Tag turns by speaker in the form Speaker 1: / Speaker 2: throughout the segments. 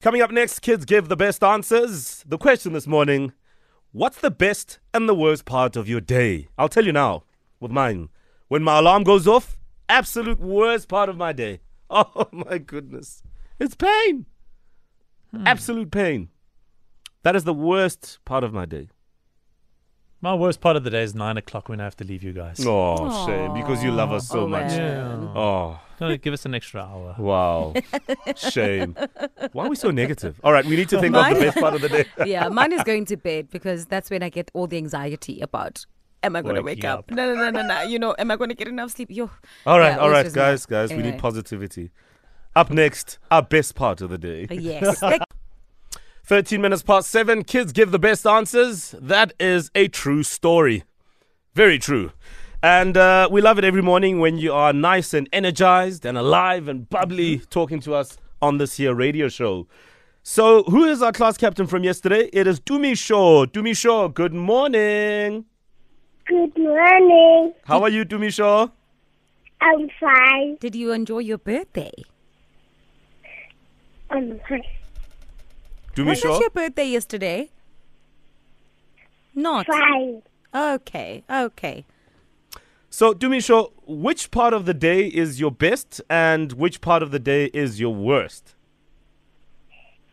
Speaker 1: Coming up next, kids give the best answers. The question this morning What's the best and the worst part of your day? I'll tell you now with mine. When my alarm goes off, absolute worst part of my day. Oh my goodness. It's pain. Absolute pain. That is the worst part of my day.
Speaker 2: My worst part of the day is nine o'clock when I have to leave you guys.
Speaker 1: Oh, shame. Because you love us so
Speaker 3: Oh,
Speaker 1: much.
Speaker 3: man.
Speaker 2: Yeah.
Speaker 1: Oh,
Speaker 2: Gonna give us an extra hour.
Speaker 1: wow. shame. Why are we so negative? All right, we need to think of the
Speaker 3: Mine-
Speaker 1: best part of the day.
Speaker 3: yeah, mine is going to bed because that's when I get all the anxiety about. Am I going to
Speaker 1: Waking
Speaker 3: wake up? No, no, no, no, no. You know, am I going to get enough sleep? Yo.
Speaker 1: All right,
Speaker 3: Yeah,
Speaker 1: all
Speaker 3: always
Speaker 1: right,
Speaker 3: just like-
Speaker 1: guys, guys, we need
Speaker 3: anyway.
Speaker 1: positivity. Up next, our best part of the day.
Speaker 3: Oh, Yes. That-
Speaker 1: 13 minutes past seven, kids give the best answers. That is a true story. Very true. And uh, we love it every morning when you are nice and energized and alive and bubbly
Speaker 3: Mm-hmm.
Speaker 1: talking to us on this here radio show. So, who is our class captain from yesterday? It is Dumi Shaw. Dumi Shaw, good morning.
Speaker 4: Good morning.
Speaker 1: How are you, Dumi Shaw?
Speaker 4: I'm fine.
Speaker 3: Did you enjoy your birthday?
Speaker 4: I'm fine.
Speaker 1: Dumi
Speaker 3: Wasn't
Speaker 1: Shaw?
Speaker 3: your birthday yesterday? Not.
Speaker 4: Fine.
Speaker 3: Okay. Okay.
Speaker 1: So, Dumisho, which part of the day is your best and which part of the day is your worst?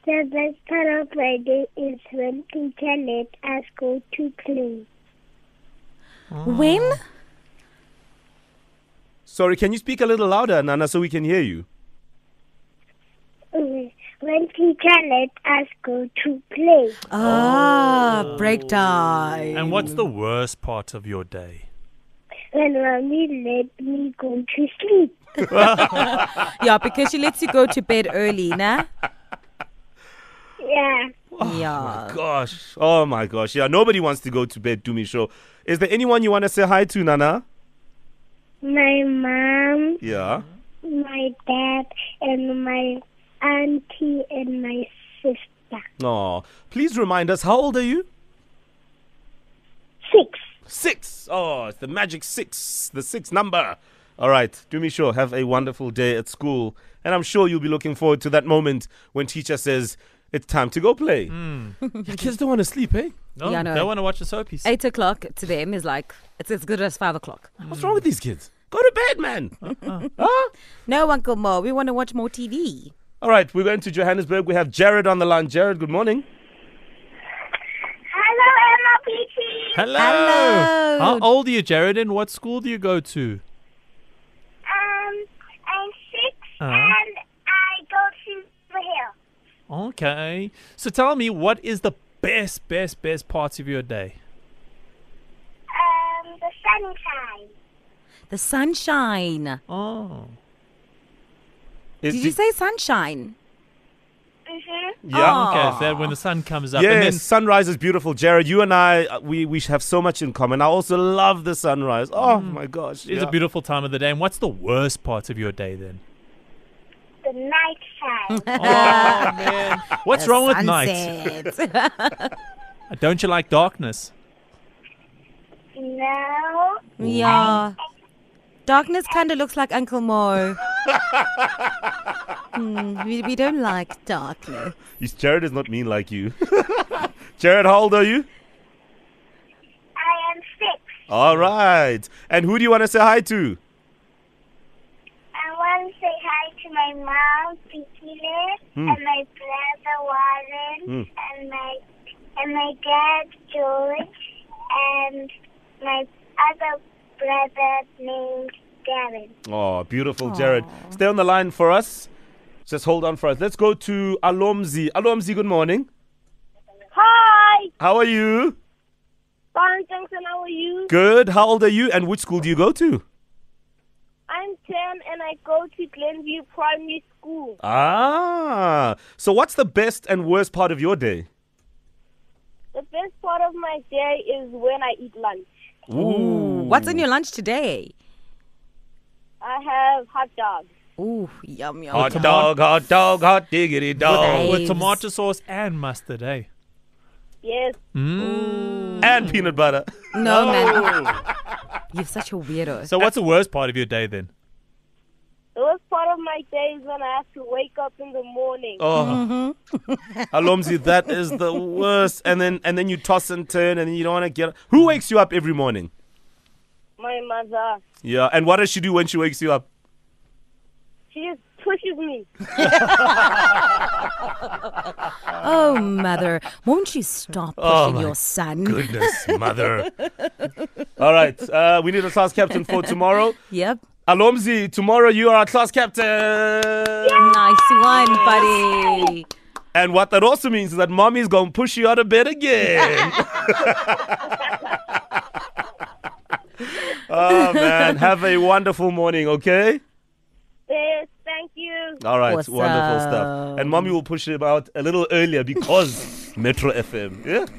Speaker 4: The best part of my day is when teacher let us go to play.
Speaker 3: When?
Speaker 1: Sorry, can you speak a little louder, Nana, so we can hear you?
Speaker 4: Mm, When teacher let us go to play.
Speaker 3: Ah, break time.
Speaker 2: And what's the worst part of your day?
Speaker 4: When mommy let me go to sleep.
Speaker 3: Yeah, because she lets you go to bed early, nah?
Speaker 4: Yeah.
Speaker 3: yeah.
Speaker 1: Gosh. Oh my gosh. Yeah, nobody wants to go to bed, Dumisho. Is there anyone you want to say hi to, Nana?
Speaker 4: My mom,
Speaker 1: Yeah.
Speaker 4: my dad, and my auntie and my sister.
Speaker 1: No. Please remind us, how old are you?
Speaker 4: Six.
Speaker 1: Six. Oh, it's the magic six, the six number. All right, Dumisho, have a wonderful day at school. And I'm sure you'll be looking forward to that moment when teacher says, it's time to go play. Your kids don't want to sleep, eh?
Speaker 2: No,
Speaker 3: Yeah, I know.
Speaker 2: they want to Oh, watch a soap piece.
Speaker 3: Eight o'clock to them is like, it's as good as five o'clock.
Speaker 1: What's wrong with these kids? Go to bed, man. Huh?
Speaker 3: No, Uncle Mo, we want to watch more TV.
Speaker 1: All right, we're going to Johannesburg. We have Jared on the line. Jared, good morning.
Speaker 4: Hello, Emma Peachy.
Speaker 2: Hello.
Speaker 3: Hello.
Speaker 2: How old are you, Jared? And what school do you go to?
Speaker 4: Um, I'm 6
Speaker 2: Uh-huh.
Speaker 4: and I go to the hill.
Speaker 2: Okay. So tell me, what is the best, best, best parts of your day?
Speaker 4: Um, the sunshine.
Speaker 3: The sunshine.
Speaker 2: Oh.
Speaker 1: Is
Speaker 3: Did you say sunshine?
Speaker 4: Mhm.
Speaker 1: Yeah.
Speaker 2: Okay. So that when the sun comes Ah. up, and
Speaker 1: Yes,
Speaker 2: then
Speaker 1: sunrise is beautiful. Jared, you and I, uh, we, we have so much in common. I also love the sunrise. Oh, my gosh.
Speaker 2: Mm. it's
Speaker 1: yeah.
Speaker 2: a beautiful time of the day. And what's the worst part of your day then?
Speaker 4: The night time.
Speaker 2: Oh, man.
Speaker 3: Ah,
Speaker 2: What's wrong with night?
Speaker 3: Sunset.
Speaker 2: Don't you like darkness?
Speaker 4: no.
Speaker 3: yeah. Darkness kind of looks like Uncle Mo. Hmm, we, we don't like darkness.
Speaker 1: Yes, Jared is not mean like you. Jared, how old are you?
Speaker 4: I am six.
Speaker 1: All right. And who do you want to say hi to?
Speaker 4: I want to say hi to my mom, Pikile, and my brother Warren, and my and my dad George, and my other brother named Darren.
Speaker 1: Oh, beautiful, Jared. Stay on the line for us. Just hold on for us. Let's go to Alomzi. Alomzi, good morning.
Speaker 4: Hi,
Speaker 1: How are you?
Speaker 4: fine, thanks, and how are you?
Speaker 1: Good. How old are you? And which school do you go to?
Speaker 4: I'm ten, and I go to Glenview Primary School.
Speaker 1: Ah. So, what's the best and worst part of your day?
Speaker 4: The best part of my day is when I eat lunch.
Speaker 1: Ooh.
Speaker 3: What's in your lunch today?
Speaker 4: I have hot dogs.
Speaker 3: Ooh, yum, yum.
Speaker 1: Hot dog, hot dog, hot diggity dog.
Speaker 2: Oh, With
Speaker 3: Nice.
Speaker 2: tomato sauce and mustard, eh?
Speaker 4: Yes.
Speaker 1: And peanut butter.
Speaker 3: No, man. You're such a weirdo.
Speaker 2: So what's the worst part of your day then?
Speaker 4: The worst part of
Speaker 5: love my days when I have to wake up in the morning.
Speaker 1: Oh, Alomzi, that is the worst. And then and then you toss and turn, and you don't want to get. Who wakes you up every morning?
Speaker 5: My mother,
Speaker 1: Yeah, and what does she do when she wakes you up?
Speaker 5: she just pushes me.
Speaker 3: Oh, mother, won't you stop
Speaker 1: Oh,
Speaker 3: pushing
Speaker 1: my
Speaker 3: your son?
Speaker 1: Goodness, mother. All right, uh, we need a class captain for tomorrow.
Speaker 3: Yep.
Speaker 1: Alomzi, tomorrow you are our class captain.
Speaker 3: Nice one, buddy.
Speaker 1: And what that also means is that mommy's gonna push you out of bed again. oh man, have a wonderful morning, okay?
Speaker 5: Yes, thank you.
Speaker 1: All right,
Speaker 3: Awesome.
Speaker 1: wonderful stuff. And mommy will push him out a little earlier because Metro FM. Yeah.